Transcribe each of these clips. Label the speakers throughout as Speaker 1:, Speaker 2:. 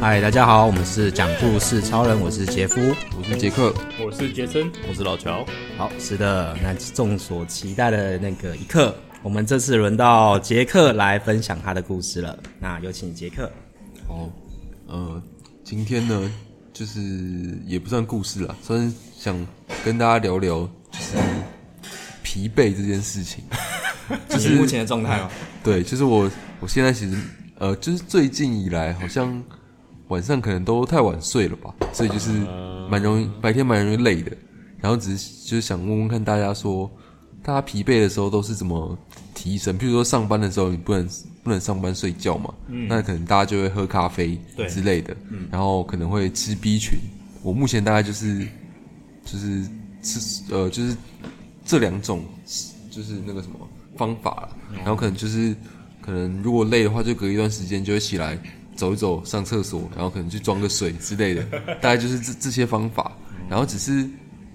Speaker 1: 嗨，大家好，我们是讲故事超人，我是杰夫。
Speaker 2: 我是杰克，
Speaker 3: 我是杰森，
Speaker 4: 我是老乔，
Speaker 1: 好，是的，那众所期待的那个一刻，我们这次轮到杰克来分享他的故事了。那有请杰克。
Speaker 2: 哦，呃，今天呢，就是也不算故事啦，算是想跟大家聊聊，就是疲惫这件事情。
Speaker 4: 就是目前的状态哦。
Speaker 2: 对，就是我，我现在其实，呃，就是最近以来，好像晚上可能都太晚睡了吧，所以就是蛮容易，白天蛮容易累的。然后只是就是想问问看大家说，大家疲惫的时候都是怎么提神？譬如说上班的时候，你不能不能上班睡觉嘛，那可能大家就会喝咖啡
Speaker 4: 对
Speaker 2: 之类的，然后可能会吃 B 群。我目前大概就是就是吃呃就是这两种就是那个什么方法啦，然后可能就是可能如果累的话，就隔一段时间就会起来走一走，上厕所，然后可能去装个水之类的，大概就是这这些方法。然后只是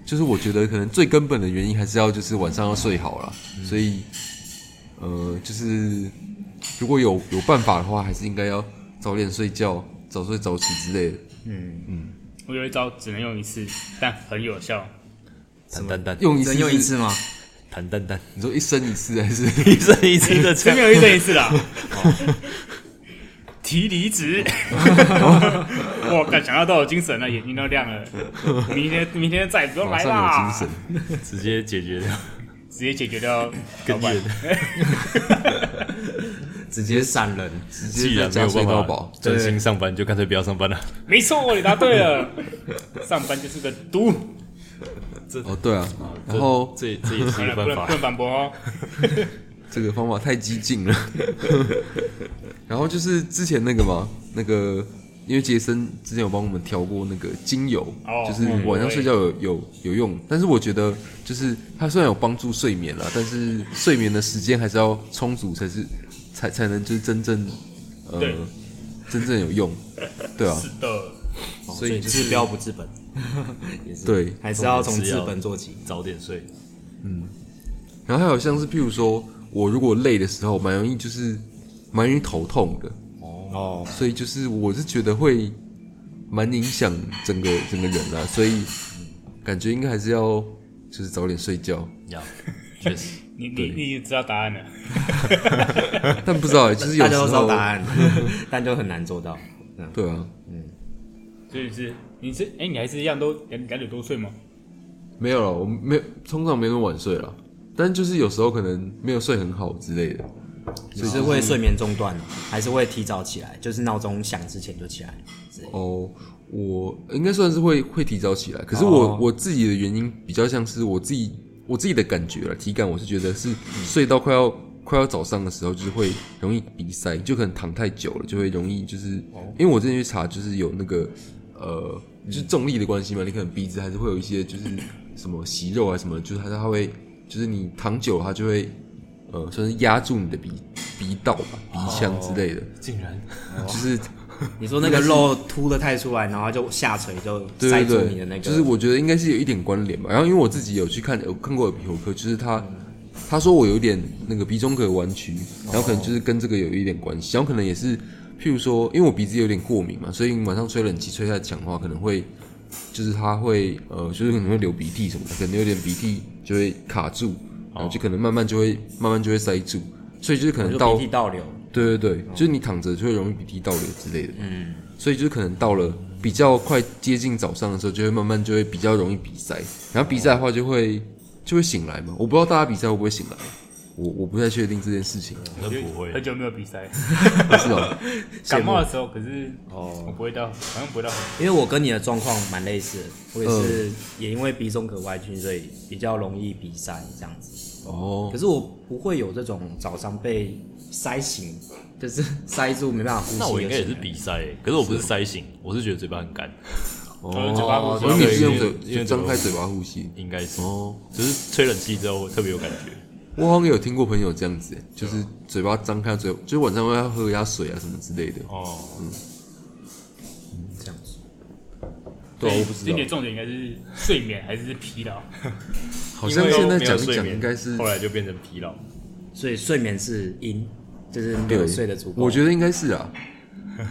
Speaker 2: 就是我觉得可能最根本的原因还是要就是晚上要睡好啦，所以呃就是如果有有办法的话，还是应该要早点睡觉，早睡早起之类的。
Speaker 3: 我有一招只能用一次，但很有效。
Speaker 4: 等等等，
Speaker 2: 用一次
Speaker 4: 只能用
Speaker 2: 是
Speaker 4: 一次吗？等等 等，
Speaker 2: 你说一生一次还 是？
Speaker 4: 一次一次的
Speaker 3: 真没有一这一次啦。哦提离职，我感想到都有精神了，眼睛都亮了。明天明天再也不用
Speaker 2: 马
Speaker 3: 来
Speaker 2: 上有
Speaker 3: 啦
Speaker 2: 精，神，
Speaker 4: 直接解决掉，
Speaker 3: 直接解决掉老
Speaker 4: 跟
Speaker 3: 板
Speaker 4: 业。
Speaker 1: 直接闪人，
Speaker 2: 直
Speaker 4: 既
Speaker 2: 接在
Speaker 4: 然没
Speaker 2: 家
Speaker 4: 有
Speaker 2: 睡
Speaker 4: 办
Speaker 2: 到
Speaker 4: 法
Speaker 2: 饱。
Speaker 4: 专心上班，就干脆不要上班了。
Speaker 3: 没错，你答对了。上班就是个毒，
Speaker 2: 哦，对啊，然后
Speaker 4: 这这也是
Speaker 3: 当
Speaker 4: 一
Speaker 3: 然
Speaker 4: 个
Speaker 3: 不能
Speaker 4: 办法
Speaker 3: 不。能反驳哦。
Speaker 2: 这个方法太激进了。 然后就是之前那个嘛，那个因为杰森之前有帮我们调过那个精油，
Speaker 3: 哦
Speaker 2: 就是晚上睡觉有有有用，但是我觉得就是它虽然有帮助睡眠了，但是睡眠的时间还是要充足才是才才能就是真正呃
Speaker 3: 对
Speaker 2: 真正有用，对啊，
Speaker 3: 是的，
Speaker 2: 哦所以就是
Speaker 1: 治标不治本， 也是
Speaker 2: 对
Speaker 1: 还是要从治本做起。
Speaker 4: 早点睡，
Speaker 2: 然后还有像是譬如说我如果累的时候，蛮容易就是蛮容易头痛的，
Speaker 1: 哦，
Speaker 2: 所以就是我是觉得会蛮影响整个整个人啦，所以感觉应该还是要就是早点 睡觉，
Speaker 4: 要确实
Speaker 3: 你你你已经知道答案了。
Speaker 2: 但不知道、欸、就是有
Speaker 1: 大家都
Speaker 2: 时候
Speaker 1: 知道答 案，但就很难做到。嗯，
Speaker 2: 对啊，
Speaker 3: 所以是你是哎，你还是一样都两两点多睡吗？
Speaker 2: 没有了，我没有通常没那么晚睡了，但就是有时候可能没有睡很好之类的，
Speaker 1: 只是会睡眠中断，还是会提早起来，就是闹钟响之前就起来。之类的
Speaker 2: 哦，我应该算是会会提早起来，可是我、我自己的原因比较像是我自己我自己的感觉了，体感我是觉得是睡到快要、快要早上的时候，就是会容易鼻塞，就可能躺太久了，就会容易就是，
Speaker 4: 哦
Speaker 2: 因为我之前去查就是有那个呃，就是重力的关系嘛，你可能鼻子还是会有一些就是什么息肉啊什么，就是它它会就是你躺久了它就会呃算是压住你的鼻鼻道吧，鼻腔之类的，
Speaker 4: 哦竟然
Speaker 2: 就是
Speaker 1: 你说那个肉凸的太出来，然后就下垂就塞
Speaker 2: 对对
Speaker 1: 住
Speaker 2: 对，
Speaker 1: 你的那个，
Speaker 2: 就是我觉得应该是有一点关联吧。然后因为我自己有去看，有看过耳鼻喉科，就是他他说我有一点那个鼻中隔弯曲，然后可能就是跟这个有一点关系，然后可能也是譬如说，因为我鼻子有点过敏嘛，所以晚上吹冷气吹太强的话，可能会就是它会呃，就是可能会流鼻涕什么的，可能有点鼻涕就会卡住，然后就可能慢慢就会慢慢就会塞住，所以就是可能
Speaker 1: 就
Speaker 2: 到
Speaker 1: 鼻涕倒流。
Speaker 2: 对对对，
Speaker 4: 哦
Speaker 2: 就是你躺着就会容易鼻涕倒流之类的。嗯，所以就是可能到了比较快接近早上的时候，就会慢慢就会比较容易鼻塞，然后鼻塞的话就会就会醒来嘛。我不知道大家鼻塞会不会醒来，啊我我不太确定这件事情。啊
Speaker 4: 那不会
Speaker 3: 很久没有比赛，
Speaker 2: 是哦，
Speaker 3: 感冒的时候可是
Speaker 1: 哦
Speaker 3: 我不会到，好像不会到很。
Speaker 1: 因为我跟你的状况蛮类似的，我也是、
Speaker 2: 嗯
Speaker 1: 也因为鼻中隔歪曲，所以比较容易鼻塞这样子。
Speaker 2: 哦
Speaker 1: 可，是我不会有这种早上被塞醒，就是 塞住没办法呼吸的情
Speaker 4: 那
Speaker 1: 况。
Speaker 4: 我应该也是鼻塞欸，可是我不是塞醒，我是觉得嘴巴 很干，
Speaker 3: 我嘴巴不
Speaker 2: 哦所以你是用
Speaker 4: 对
Speaker 2: 嘴
Speaker 4: 因为因为
Speaker 2: 就张开嘴巴呼吸。
Speaker 4: 应该是，
Speaker 2: 哦，
Speaker 4: 只是吹冷气之后特别有感觉。
Speaker 2: 我好像有听过朋友这样子，欸就是嘴巴张开，嘴就是晚上会要喝一下水啊什么之类的。
Speaker 4: 哦，
Speaker 1: 这样子。
Speaker 2: 对啊，我不知
Speaker 3: 所以
Speaker 2: 道
Speaker 3: 你的，重点应该是睡眠还是疲劳？
Speaker 2: 好像现在讲一
Speaker 4: 因为都没有睡
Speaker 2: 讲
Speaker 4: 眠
Speaker 2: 应该是
Speaker 4: 后来就变成疲劳，
Speaker 1: 所以睡眠是阴，就是没有
Speaker 2: 对，
Speaker 1: 睡的足够。
Speaker 2: 我觉得应该是啊，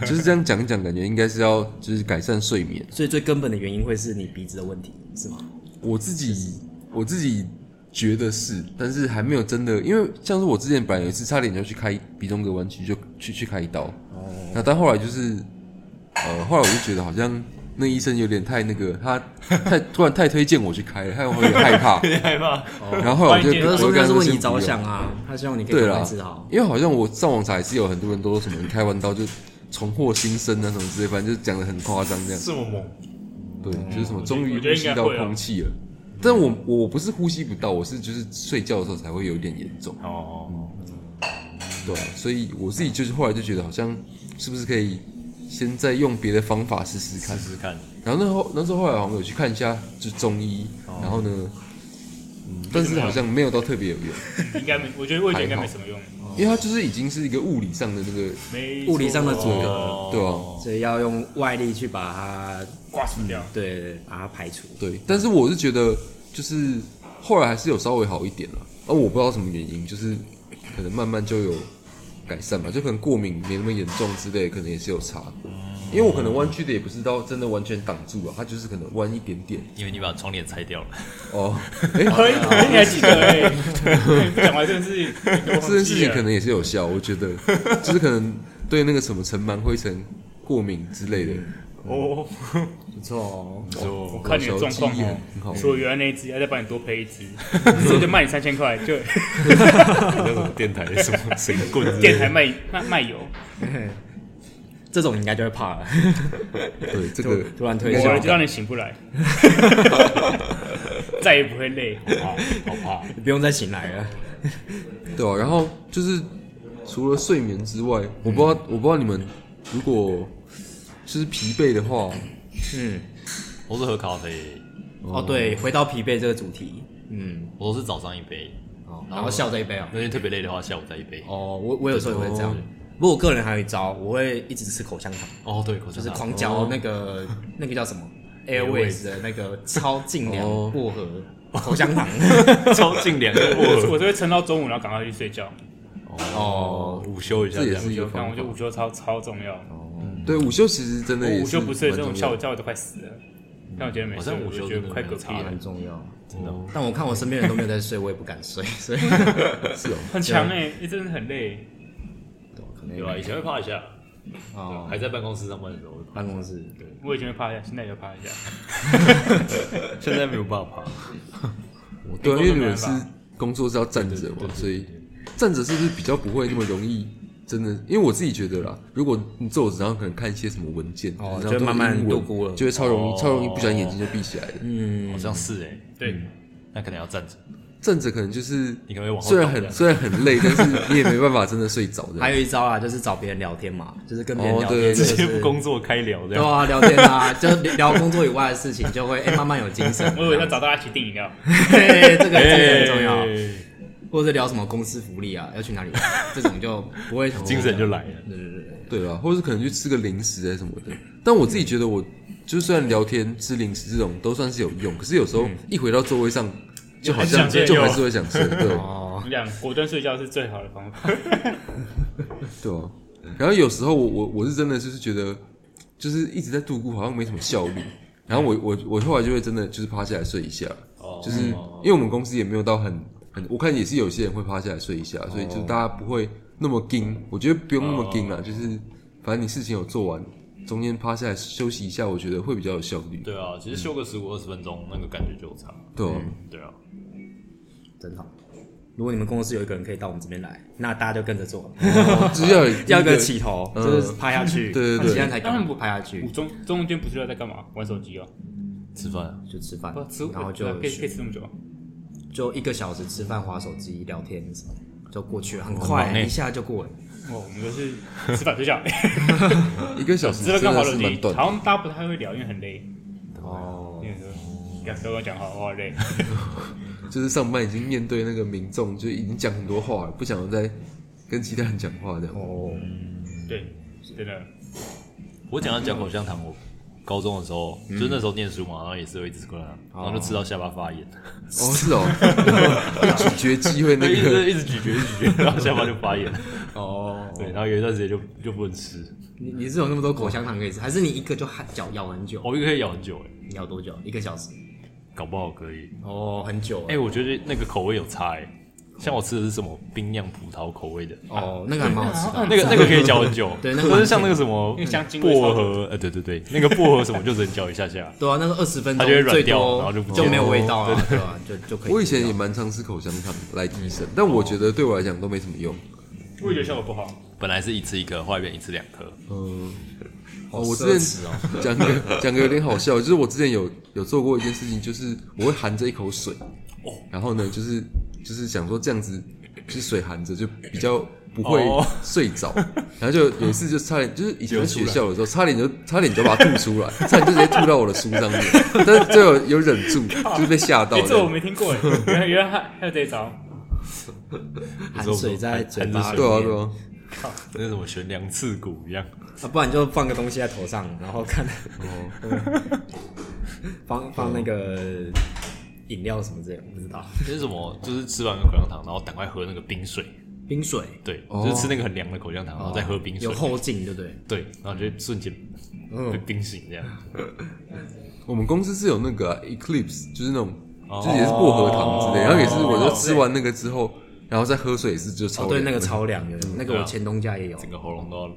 Speaker 2: 就是这样讲一讲，感觉应该是要就是改善睡眠。
Speaker 1: 所以最根本的原因会是你鼻子的问题，是吗？
Speaker 2: 我自己我自己觉得是，但是还没有真的，因为像是我之前本来有一次差点就去开鼻中隔弯曲，就去去开一刀。哦。那但后来就是，呃，后来我就觉得好像那医生有点太那个，他太突然太推荐我去开了，害我有点害怕。
Speaker 4: 你害怕？
Speaker 2: 哦然后后来我就
Speaker 3: 关键
Speaker 1: 可
Speaker 2: 我
Speaker 1: 是
Speaker 2: 就
Speaker 1: 说明
Speaker 2: 跟他
Speaker 1: 他是
Speaker 2: 说
Speaker 1: 为
Speaker 2: 先
Speaker 1: 你
Speaker 2: 不
Speaker 1: 着
Speaker 2: 用
Speaker 1: 想啊，他希望你可以
Speaker 2: 哦对
Speaker 1: 赶
Speaker 2: 啦
Speaker 1: 快治好，。
Speaker 2: 因为好像我上网查也是有很多人都说什么开完刀就重获新生啊什么之类，反正就讲的很夸张这样。
Speaker 4: 这么猛？
Speaker 2: 对，就是什么终于
Speaker 3: 我觉
Speaker 2: 呼
Speaker 3: 得应
Speaker 2: 吸
Speaker 3: 该
Speaker 2: 到
Speaker 3: 会啊
Speaker 2: 空气了。但我我不是呼吸不到，我是就是睡觉的时候才会有一点严重，
Speaker 4: 哦，
Speaker 2: 对啊、所以我自己就是后来就觉得好像是不是可以先再用别的方法试试看
Speaker 4: 试。试看。
Speaker 2: 然后那后那时候后来好像有去看一下就中医，然后呢，嗯，但是好像没有到特别有用，
Speaker 3: 应该没，我觉得味觉应该
Speaker 2: 还好
Speaker 3: 没什么用，
Speaker 2: 因为它就是已经是一个物理上的那个，
Speaker 3: 没
Speaker 1: 物理上的阻
Speaker 3: 错
Speaker 1: 隔
Speaker 4: 哦，
Speaker 2: 对啊。
Speaker 1: 所以要用外力去把它，
Speaker 3: 刮除掉。
Speaker 1: 对，把它排除。
Speaker 2: 对，但是我是觉得，就是后来还是有稍微好一点了。而我不知道什么原因，就是可能慢慢就有改善吧，就可能过敏没那么严重之类，可能也是有差。因为我可能弯曲的也不是到真的完全挡住啊了，它就是可能弯一点点
Speaker 4: 因为你把窗帘拆掉了，
Speaker 2: 哦。哎、
Speaker 3: 可以，你还记得哎？不讲完这件事情，
Speaker 2: 这件事情可能也是有效，我觉得就是可能对那个什么尘螨、灰尘过敏之类的，
Speaker 3: 哦，
Speaker 1: 不错哦，
Speaker 3: 我
Speaker 4: 就
Speaker 3: 看你的状况
Speaker 2: 记忆很很好
Speaker 3: 哦，说原来那一只，要再帮你多配一只，所以就卖你三千块，就
Speaker 4: 那什么电台什么神棍之类的
Speaker 3: 电台卖卖卖油，
Speaker 1: 这种你应该就会 怕了。
Speaker 2: 对这
Speaker 1: 突
Speaker 2: 个
Speaker 1: 突然推
Speaker 3: 我
Speaker 1: 销
Speaker 3: 儿，就让你醒不来， 再也不会累。
Speaker 4: 好怕，
Speaker 1: 不用再醒来了。
Speaker 2: 对啊，然后就是除了睡眠之外，我不知道，我不知道你们如果就是疲惫的话，
Speaker 1: 嗯，
Speaker 4: 我是喝咖啡，
Speaker 1: 哦，对，回到疲惫这个主题，嗯，
Speaker 4: 我都是早上一杯，
Speaker 1: 哦，然后笑这一杯哦。
Speaker 4: 那天特别累的话，下午再一杯。
Speaker 1: 哦，我我有时候也会这样。不过我个人还有一招，我会一直吃口香糖，
Speaker 4: 哦，对，口
Speaker 1: 就
Speaker 4: 香
Speaker 1: 是
Speaker 4: 糖
Speaker 1: 狂嚼那个、那个叫什么 Airways 的那个超净凉
Speaker 2: 哦
Speaker 1: 薄荷 口香糖。
Speaker 4: 超近 两个
Speaker 3: 我是
Speaker 4: 我
Speaker 3: 我就会撑到中午，然后赶快去睡觉。
Speaker 1: 哦，
Speaker 4: 午休一下
Speaker 2: 这
Speaker 4: 这
Speaker 2: 也
Speaker 4: 样
Speaker 2: 是
Speaker 3: 午
Speaker 2: 一个
Speaker 3: 休，但
Speaker 2: 方
Speaker 3: 我觉得
Speaker 2: 法
Speaker 3: 午。休超超重要。
Speaker 2: 对，午休其实真的
Speaker 3: 我
Speaker 2: 也
Speaker 3: 午休不睡
Speaker 2: 是
Speaker 3: 这
Speaker 2: 蛮
Speaker 3: 种，
Speaker 2: 重
Speaker 3: 下
Speaker 2: 要
Speaker 3: 午
Speaker 2: 的。
Speaker 3: 下午都快死了。但我觉得没
Speaker 4: 好
Speaker 3: 事，
Speaker 4: 像
Speaker 3: 我
Speaker 4: 午休
Speaker 3: 就觉
Speaker 4: 真
Speaker 3: 得
Speaker 4: 的
Speaker 3: 快
Speaker 4: 没
Speaker 3: 嗝
Speaker 4: 差
Speaker 3: 屁了
Speaker 1: 很，重要。
Speaker 4: 真的。
Speaker 1: 但我看我身边人都没有在睡，我也不敢睡，所以
Speaker 2: 是哦，
Speaker 3: 很强哎，欸真的很累。
Speaker 1: 可能
Speaker 4: 有啊，以前会怕一下，
Speaker 1: 哦，
Speaker 4: 还在办公室上班的时候会怕，
Speaker 1: 办公室
Speaker 3: 我以前会趴一下，现在也会趴一下。
Speaker 4: 现在没有办法怕。
Speaker 2: 我对啊，因为你们是
Speaker 3: 工作没
Speaker 2: 工作是要站着嘛，所以站着是不是比较不会那么容易？真的，因为我自己觉得啦，如果你坐着，然后可能看一些什么文件，
Speaker 1: 哦
Speaker 2: 然后
Speaker 1: 就
Speaker 2: 都是
Speaker 1: 慢慢
Speaker 2: 英文
Speaker 1: 度过了
Speaker 2: 就会超容易，
Speaker 4: 哦
Speaker 2: 超容易不小心眼睛就闭起来了。
Speaker 1: 嗯
Speaker 4: 好，像是哎，
Speaker 3: 对，
Speaker 4: 那可能要站着，
Speaker 2: 站着可能就是
Speaker 4: 你可能会往后
Speaker 2: 虽然
Speaker 4: 倒这
Speaker 2: 很
Speaker 4: 样
Speaker 2: 虽然很累，但是你也没办法真的睡着的。
Speaker 1: 还有一招啊，就是找别人聊天嘛，就是跟别人
Speaker 2: 哦
Speaker 1: 聊天，
Speaker 2: 对对
Speaker 1: 就
Speaker 4: 直
Speaker 1: 是
Speaker 4: 接不工作开聊这
Speaker 1: 对
Speaker 4: 样。
Speaker 1: 啊，聊天啊，就聊工作以外的事情，就会哎、慢慢有精神。
Speaker 3: 我以 为要找大家一起订饮料，
Speaker 1: 嘿这个
Speaker 4: 啊
Speaker 1: 这个很重要，
Speaker 4: 哎
Speaker 1: 或者是聊什么公司福利啊，要去哪里玩，这种就不会
Speaker 4: 精神就来了。
Speaker 1: 对对对对，
Speaker 2: 对啦，或者是可能去吃个零食啊什么的。但我自己觉得我，就是虽然聊天、吃零食这种都算是有用，可是有时候一回到座位上，就好像
Speaker 3: 嗯很想睡
Speaker 2: 就还是会想吃，对
Speaker 1: 哦
Speaker 3: 我，们讲果断睡觉是最好的方法。
Speaker 2: 对啊。然后有时候我我我是真的就是觉得，就是一直在度过，好像没什么效率。然后我我我后来就会真的就是趴下来睡一下，
Speaker 4: 哦
Speaker 2: 就是因为我们公司也没有到很很，我看也是有些人会趴下来睡一下，所以就大家不会那么盯。我觉得不用那么盯啦，就是反正你事情有做完，中间趴下来休息一下，我觉得会比较有效率。
Speaker 4: 对啊，其实休个十五二十分钟，那个感觉就有差。
Speaker 2: 对啊，
Speaker 4: 对啊，
Speaker 1: 真好。如果你们公司有一个人可以到我们这边来，那大家就跟着做，嗯
Speaker 2: 就是要有一
Speaker 1: 要个起头，就是拍下 去，
Speaker 2: 对对对
Speaker 1: 其他人才敢不拍下去
Speaker 3: 午，中中间不睡觉在干嘛？玩手机哦。
Speaker 4: 吃饭啊
Speaker 1: 就吃饭
Speaker 3: 不吃，，
Speaker 1: 然后就
Speaker 3: 可以可以吃那么久，
Speaker 1: 就一个小时吃饭、划手机、聊天什么，就过去了，很
Speaker 4: 很
Speaker 1: 快，
Speaker 4: 忙欸
Speaker 1: 一下就过了。
Speaker 3: 哦，我们都是吃饭睡觉，
Speaker 2: 一个小时
Speaker 3: 吃
Speaker 2: 真
Speaker 3: 饭跟
Speaker 2: 的
Speaker 3: 滑
Speaker 2: 是
Speaker 3: 手
Speaker 2: 蛮
Speaker 3: 机，
Speaker 2: 短的。
Speaker 3: 好像大家不太会聊，因为很累。
Speaker 1: 哦，
Speaker 3: 因为刚跟我讲话，我 好累。
Speaker 2: 就是上班已经面对那个民众，就已经讲很多话了，不想再跟其他人讲话这样。
Speaker 1: 哦，
Speaker 3: 对，真的。
Speaker 4: 我讲到讲口香糖，我高中的时候，就那时候念书嘛，然后也是会一直吃昆兰，然后就吃到下巴发炎，
Speaker 2: 哦，是哦，咀嚼 肌会那
Speaker 4: 对，一
Speaker 2: 个
Speaker 4: 直一直咀嚼一直咀嚼，然后下巴就发炎，
Speaker 2: 哦，
Speaker 4: 对，然后有一段时间就就不能吃，
Speaker 1: 你你是有那么多口香糖可以吃，还是你一个就哈咬咬很久？
Speaker 4: 我一个可以咬很久哎，
Speaker 1: 咬多久？一个小时？
Speaker 4: 搞不好可以，
Speaker 1: 哦，很久
Speaker 4: 哎，我觉得那个口味有差哎，像我吃的是什么冰酿葡萄口味的，
Speaker 1: 哦，那个还蛮好吃的。
Speaker 4: 那个那个可以嚼很久，
Speaker 1: 对那个
Speaker 4: 但
Speaker 1: 蛮，
Speaker 4: 是像那个什么
Speaker 3: 因为香精味超
Speaker 4: 薄荷，呃，对对对，那个薄荷什么就只能嚼一下下
Speaker 1: 对啊，那个二十分
Speaker 4: 它
Speaker 1: 钟
Speaker 4: 就会软
Speaker 1: 最
Speaker 4: 掉
Speaker 1: 多
Speaker 4: 然后就不见
Speaker 1: 没有
Speaker 2: 了
Speaker 1: 味道了，对吧？就就可以。
Speaker 2: 我以前也蛮常吃口香糖来提神，但我觉得对我来讲都没什么用。
Speaker 3: 味觉效果不好。
Speaker 4: 本来是一次一颗，后来变一次两颗，
Speaker 2: 哦，我之
Speaker 1: 奢侈
Speaker 2: 前 讲个讲个有点好笑，就是我之前有有做过一件事情，就是我会含着一口水，然后呢，就是就是想说这样子，就是水含着就比较不会
Speaker 4: 哦
Speaker 2: 睡着，然后就有一次就差点，就是以前在
Speaker 4: 流出
Speaker 2: 学
Speaker 4: 来
Speaker 2: 校的时候，差点就差点就把它吐出来，差点就直接吐到我的书上面，但是最后有忍住，就是被吓到
Speaker 3: 哎，这我
Speaker 2: 了。
Speaker 3: 没 听过哎，原来原来还还有这一招。
Speaker 1: 含水在嘴巴
Speaker 4: 含着
Speaker 1: 里面，
Speaker 2: 对啊，对啊，
Speaker 4: 那什么悬梁刺骨一样，
Speaker 1: 啊，不然就放个东西在头上，然后看，
Speaker 4: 哦
Speaker 1: 放放那个饮料什么之类的，我不知道。
Speaker 4: 那是什么？就是吃完个口香糖，然后赶快喝那个冰水，
Speaker 1: 冰水，
Speaker 4: 对，
Speaker 2: 哦
Speaker 4: 就是吃那个很凉的口香糖，然哦后再喝冰水
Speaker 1: 哦有，后劲，对不对？
Speaker 4: 对，然后就瞬间被冰醒这样。
Speaker 2: 我们公司是有那个、啊、Eclipse，就是那种，就是也是薄荷糖之类，然后也是我就吃完那个之后，然后再喝水也是就超
Speaker 1: 哦，
Speaker 2: 凉、
Speaker 1: 对，那个超凉的，那个
Speaker 4: 对
Speaker 1: 我
Speaker 4: 啊
Speaker 1: 前东家也有。
Speaker 4: 整个喉咙都要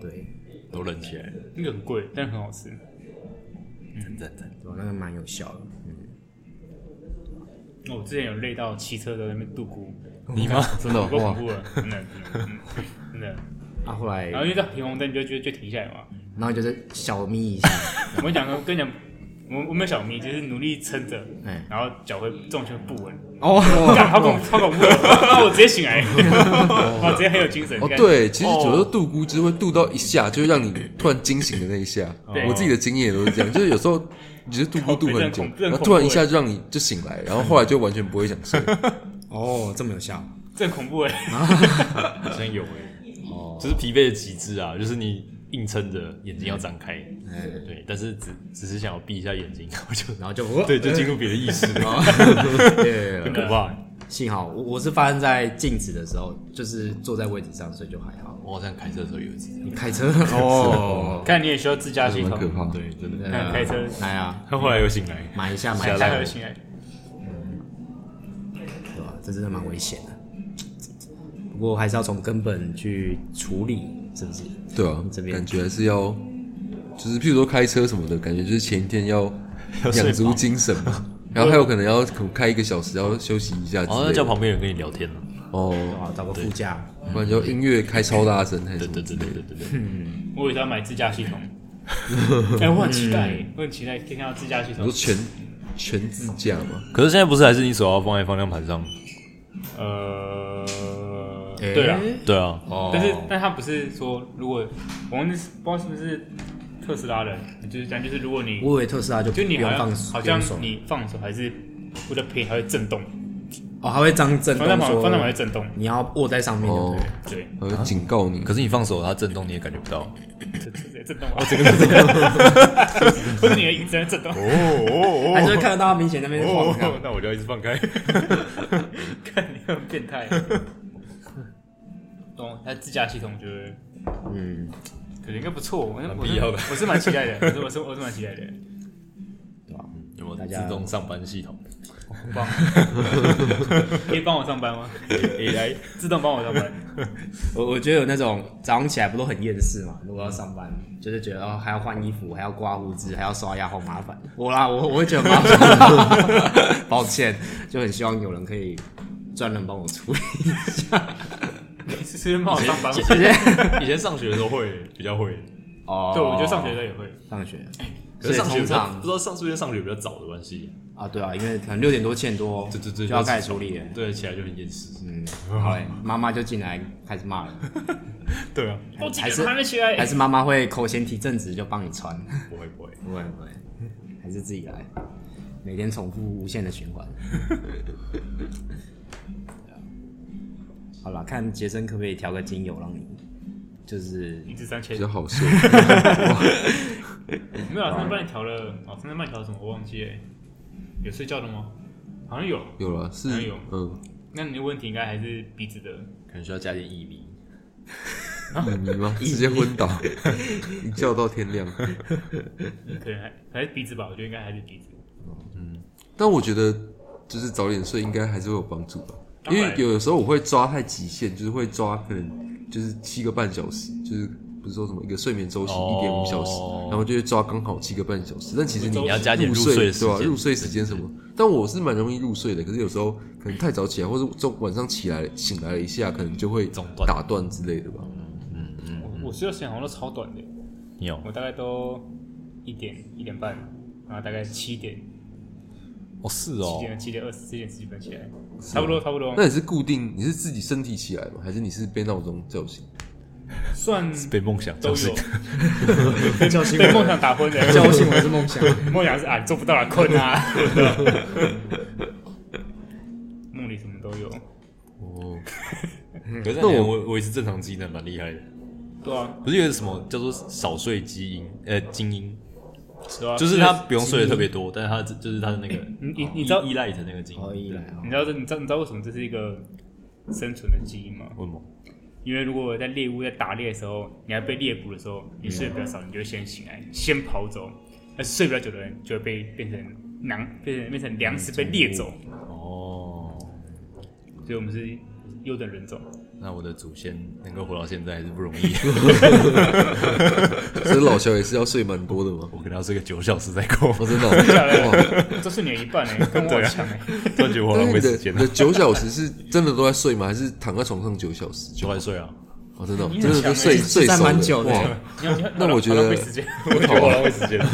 Speaker 1: 对，
Speaker 4: 都冷起来，
Speaker 3: 那个很贵，但很好吃。
Speaker 4: 赞赞赞！
Speaker 1: 对，那个蛮有效的。
Speaker 3: 哦我之前有累到骑车在那边度孤，
Speaker 4: 你吗？
Speaker 2: 真的
Speaker 3: 有够
Speaker 2: 哇
Speaker 3: 恐，怖了，真的，真的嗯真的。
Speaker 1: 啊，后来，
Speaker 3: 然后因为到停红灯，你就觉得就停下来嘛。
Speaker 1: 然后就是小眯一下，
Speaker 3: 我跟你讲，我跟你讲，我我没有小咪，就是努力撑着
Speaker 1: 哎，
Speaker 3: 然后脚会重心会不稳，
Speaker 1: 哦，
Speaker 3: 干好恐好恐怖，啊我直接醒 来，我直接很有精神。
Speaker 2: 哦，
Speaker 3: 干，
Speaker 2: 对，其实有时候度孤就是会度到一下，就让你突然惊醒的那一下。
Speaker 3: 对
Speaker 2: 我自己的经验也都是这样，就是有时候你就是度孤度很久
Speaker 3: 靠，背
Speaker 2: 然
Speaker 3: 真的恐怖
Speaker 2: 后突然一下就让你就醒来，然后后来就完全不会想睡。
Speaker 1: 哦，这么有效，
Speaker 3: 这很恐怖 哎，
Speaker 4: 好像有哎，就是疲惫的极致啊，就是你硬撑着眼睛要张开，对，但是只只是想要闭一下眼睛，然后就
Speaker 1: 然后就哦
Speaker 4: 对，就进入别的 意识了，
Speaker 1: 对
Speaker 4: 很可怕。欸
Speaker 1: 幸好我我是发生在静止的时候，就是坐在位置上，所以就还好。
Speaker 4: 我好像开车的时候有一次这样，
Speaker 1: 你开车哦，
Speaker 3: 看你也需要自驾系
Speaker 2: 蛮可
Speaker 3: 统，
Speaker 2: 怕的，
Speaker 4: 对，真的。嗯
Speaker 1: 对啊
Speaker 3: 开车
Speaker 1: 来啊，
Speaker 4: 他后来又醒来，
Speaker 1: 买一下买
Speaker 4: 下
Speaker 1: 一
Speaker 3: 才
Speaker 1: 下，
Speaker 3: 会嗯醒来。
Speaker 1: 对吧？这真的蛮危险的。不过还是要从根本去处理，是不是？
Speaker 2: 对啊
Speaker 1: 这，边
Speaker 2: 感觉还是要，就是譬如说开车什么的，感觉就是前一天要养足精神嘛，然后还有可能要可能开一个小时要休息一下之
Speaker 4: 好像
Speaker 2: 类
Speaker 4: 哦叫
Speaker 2: 的。
Speaker 4: 旁边人跟你聊天啊了。
Speaker 2: 哦，
Speaker 1: 哇，找个副驾，
Speaker 2: 不然就音乐开超大声还是什
Speaker 4: 对
Speaker 2: 么
Speaker 4: 对
Speaker 2: 之
Speaker 4: 对
Speaker 2: 类
Speaker 4: 对
Speaker 2: 的。
Speaker 4: 对对对，
Speaker 3: 我也是要买自驾系 统。哎、我很期待耶，我很期待可以看到自驾系
Speaker 2: 你
Speaker 3: 统
Speaker 2: 说。全全自驾嘛？
Speaker 4: 可是现在不是还是你手要放在方向盘上？
Speaker 3: 呃，
Speaker 1: 哎
Speaker 3: 对啊，
Speaker 4: 对啊，
Speaker 1: 哦
Speaker 3: 但是但他不是说，如果我们不知道是不是特斯拉的，就是讲就是如果你
Speaker 1: 我以为特斯拉就
Speaker 3: 就
Speaker 1: 不
Speaker 3: 你
Speaker 1: 用
Speaker 3: 好像
Speaker 1: 放，
Speaker 3: 好
Speaker 1: 不用手
Speaker 3: 像你放手还是我的屏还会震动，
Speaker 1: 哦，还会张震
Speaker 3: 方向
Speaker 1: 动
Speaker 3: 盘
Speaker 1: 说
Speaker 3: 方向盘会震动，
Speaker 1: 你要握在上面，对不
Speaker 2: 哦
Speaker 1: 对？，
Speaker 3: 对，
Speaker 2: 我会警告你。
Speaker 4: 可是你放手，它震动你也感觉 不到。
Speaker 3: 这这这震动啊，我整个震动，或者你的椅子在震动，
Speaker 4: 哦哦
Speaker 1: 还是会看得到他明显那边晃，这样
Speaker 4: 那我就要一直放开。
Speaker 3: 看你很变态。懂，它自驾系统就会
Speaker 1: 嗯，
Speaker 3: 可能应该不错，我是
Speaker 4: 蛮
Speaker 3: 我是
Speaker 4: 必要的
Speaker 3: 我是蛮期待的，我是我是我是蛮期待的，
Speaker 1: 对吧？
Speaker 4: 有没有
Speaker 1: 大
Speaker 4: 自
Speaker 1: 家
Speaker 4: 动上班系统
Speaker 3: 很棒。可以帮我上班吗？
Speaker 4: ？AI
Speaker 3: 自动帮我上班，
Speaker 1: 我我觉得有那种早上起来不都很厌世嘛，如果要上班，就是觉得哦还要换衣服，还要刮胡子，还要刷牙，好麻烦。我啦，我我会觉得麻烦， 抱歉，就很希望有人可以专人帮我处理。
Speaker 3: 是是帮我上班吗？
Speaker 1: 谢谢。
Speaker 4: 以前上学的时候会比较 会，
Speaker 1: 哦，
Speaker 3: 对，我觉得上学的时候也会。
Speaker 1: 上学，
Speaker 4: 可是上
Speaker 1: 所
Speaker 4: 学
Speaker 1: 以通
Speaker 4: 比较不
Speaker 1: 常
Speaker 4: 知道上数学上学比较早的关系，
Speaker 1: 啊，对啊，因为可能六点多七点多，
Speaker 4: 对对对
Speaker 1: 就要开始处理了。
Speaker 4: 对，起来就很厌世。
Speaker 1: 嗯，好嘞，妈妈就进来开始骂了，
Speaker 4: 对啊，
Speaker 3: 我几
Speaker 1: 还
Speaker 3: 点
Speaker 1: 是
Speaker 3: 还没起来？
Speaker 1: 还是妈妈会口嫌体正直就帮你穿？
Speaker 4: 不会不会，
Speaker 1: 不会不会， 还是自己来，每天重复无限的循环。好了，看杰森可不可以调个精油让你，就是
Speaker 3: 一至三千
Speaker 2: 比较好睡。
Speaker 3: 没有啊，三半调了，哦，三半调了什么我忘记了，有睡觉的吗？好像有。
Speaker 2: 有了是
Speaker 3: 哪有
Speaker 2: 嗯，
Speaker 3: 那你的问题应该还是鼻子的，
Speaker 1: 可能需要加点薏米。
Speaker 2: 你吗？ 直接昏 倒，一觉到天亮。
Speaker 3: 可能还还是鼻子吧，我觉得应该还是鼻子。
Speaker 2: 但我觉得就是早点睡应该还是会有帮助吧，因为
Speaker 3: 当然
Speaker 2: 有的时候我会抓太极限，就是会抓可能就是七个半小时，就是不是说什么一个睡眠周期
Speaker 4: 哦
Speaker 2: 一点五小时，然后就会抓刚好七个半小时。但其实你
Speaker 4: 你要加减
Speaker 2: 入
Speaker 4: 入
Speaker 2: 睡
Speaker 4: 睡的时
Speaker 2: 对吧、
Speaker 4: 间
Speaker 2: 入睡时间什么？但我是蛮容易入睡的，可是有时候可能太早起来，或者中晚上起来醒来了一下，可能就会
Speaker 4: 中断
Speaker 2: 打断之类的吧。
Speaker 4: 嗯
Speaker 3: 我我睡觉时间好像都超短的，
Speaker 4: 你有
Speaker 3: 我大概都一点一点半，然后大概七点
Speaker 4: 哦是
Speaker 3: 七
Speaker 4: 哦，
Speaker 3: 点七点二十七点十几分起来，差不多差不多
Speaker 2: 那，你是固定，你是自己身体起来吗？还是你是被闹钟叫醒？
Speaker 3: 算
Speaker 4: 被梦想
Speaker 3: 都
Speaker 4: 叫醒
Speaker 3: 有，
Speaker 1: 叫醒
Speaker 3: 被梦想打昏的，
Speaker 1: 叫醒我是梦想。
Speaker 3: 梦想是啊，你做不到了，困啊。梦里什么都有，
Speaker 2: 哦，
Speaker 4: 可是那我我也是正常机能，蛮厉害的。
Speaker 3: 对啊，
Speaker 4: 不是有什么叫做少睡基因？呃，精英
Speaker 3: 对啊，
Speaker 4: 就是他不用睡的特别多，但是他就是他的那个
Speaker 3: 嗯你你
Speaker 4: 哦
Speaker 3: 你知道
Speaker 4: 依依赖的那个基因，
Speaker 1: 好依赖啊
Speaker 3: 你，知道这，你知道你知道为什么这是一个生存的基因吗？
Speaker 4: 为什么？
Speaker 3: 因为如果在猎物在打猎的时候，你要被猎捕的时候，你睡得比较少，你就会先醒来，先跑走。那睡比较久的人就会被变成粮，变成变成粮食被猎走。
Speaker 4: 哦，
Speaker 3: 所以我们是优等人种。
Speaker 4: 那我的祖先能够活到现在还是不容易，
Speaker 2: 所以老乔也是要睡蛮多的吗？
Speaker 4: 我可能要睡个九小时再过，
Speaker 2: 我、真的哦、哇，
Speaker 3: 这是你的一半哎、欸，跟我好像哎、
Speaker 4: 突然觉得我好
Speaker 2: 但
Speaker 4: 浪
Speaker 2: 是你
Speaker 4: 费时
Speaker 2: 的
Speaker 4: 间
Speaker 2: 你
Speaker 4: 了
Speaker 2: 的。九小时是真的都在睡吗？还是躺在床上九小时？
Speaker 4: 九块睡啊，
Speaker 2: 哦，真的哦、
Speaker 3: 你
Speaker 2: 真
Speaker 3: 很
Speaker 2: 的
Speaker 3: 强
Speaker 2: 都
Speaker 3: 欸
Speaker 2: 睡
Speaker 3: 你
Speaker 2: 睡
Speaker 1: 算
Speaker 2: 熟
Speaker 1: 蛮
Speaker 2: 了
Speaker 1: 久的
Speaker 2: 哇，
Speaker 3: 你要你要
Speaker 2: 那 我觉得
Speaker 3: 好浪费时间，
Speaker 4: 我觉得我浪费时间了。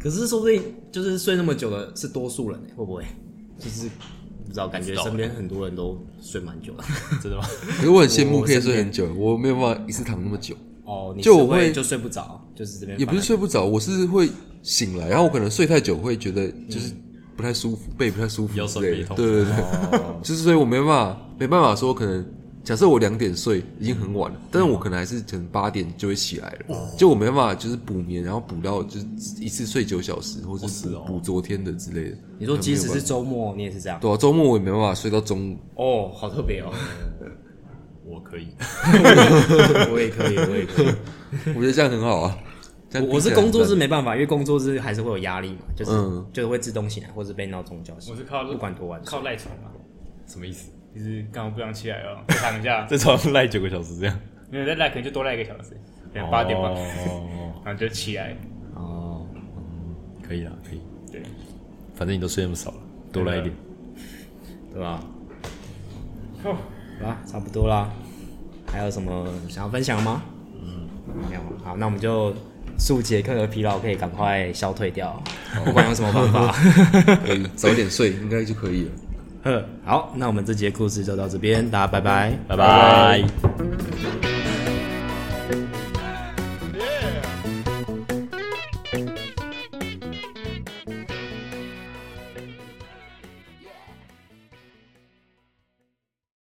Speaker 1: 可是说不定就是睡那么久的是多数人、欸，会不会？就是不知道，感觉
Speaker 4: 不知道
Speaker 1: 身边很多人都睡蛮久的。
Speaker 4: 真的吗？
Speaker 2: 可是我很羡慕可以睡很久，我没有办法一次躺那么久，
Speaker 1: 哦，你
Speaker 2: 就是我会
Speaker 1: 就睡不着，就是这边
Speaker 2: 也不是睡不着，我是会醒来，然后我可能睡太久会觉得就是不太舒
Speaker 1: 嗯
Speaker 2: 服，背不太舒服
Speaker 4: 腰
Speaker 2: 之
Speaker 4: 酸
Speaker 2: 类
Speaker 4: 背
Speaker 2: 的。
Speaker 4: 痛
Speaker 2: 对对
Speaker 1: 哦
Speaker 2: 对， 就是所以我没办法没办法说可能。假设我两点睡已经很晚了，但是我可能还是可能八点就会起来
Speaker 1: 哦
Speaker 2: 了，就我没办法就是补眠，然后补到就是一次睡九小时，或者
Speaker 4: 是
Speaker 2: 是
Speaker 4: 哦
Speaker 2: 补昨天的之类的。
Speaker 1: 你说即使
Speaker 2: 没有
Speaker 1: 是
Speaker 2: 办法
Speaker 1: 周末，你也是这样。
Speaker 2: 对啊，周末我也没办法睡到中午，
Speaker 1: 哦，好特别哦，
Speaker 4: 我可以，
Speaker 1: 我也可以，我也可以。
Speaker 2: 我觉得这样很好啊。这样
Speaker 1: 我我是
Speaker 2: 听起来
Speaker 1: 工作
Speaker 2: 很
Speaker 1: 日没办法，因为工作日还是会有压力嘛，就是、
Speaker 2: 嗯
Speaker 1: 就是会自动醒来，或者被闹钟叫醒。
Speaker 3: 我是靠
Speaker 1: 不管多晚睡，
Speaker 3: 靠赖床嘛，
Speaker 4: 什么意思？
Speaker 3: 就是刚好不想起来哦，再躺一下，
Speaker 4: 在床上赖九个小时这样？
Speaker 3: 没有再赖可能就多赖一个小时，可能八点吧，
Speaker 4: 哦，
Speaker 3: 然后就起来。
Speaker 1: 哦，
Speaker 4: 可以啦，可以。
Speaker 3: 对，
Speaker 4: 反正你都睡那么少了，多来一点。
Speaker 1: 对吧？
Speaker 3: 哦，
Speaker 1: 好啦，差不多啦。还有什么想要分享吗？嗯，没有。好，那我们就数节课的疲劳可以赶快消退掉，不管用什么方法。
Speaker 2: 可以早点睡，应该就可以了。
Speaker 1: 呵好，那我们这节故事就到这边，大家拜拜。
Speaker 4: 拜啊拜。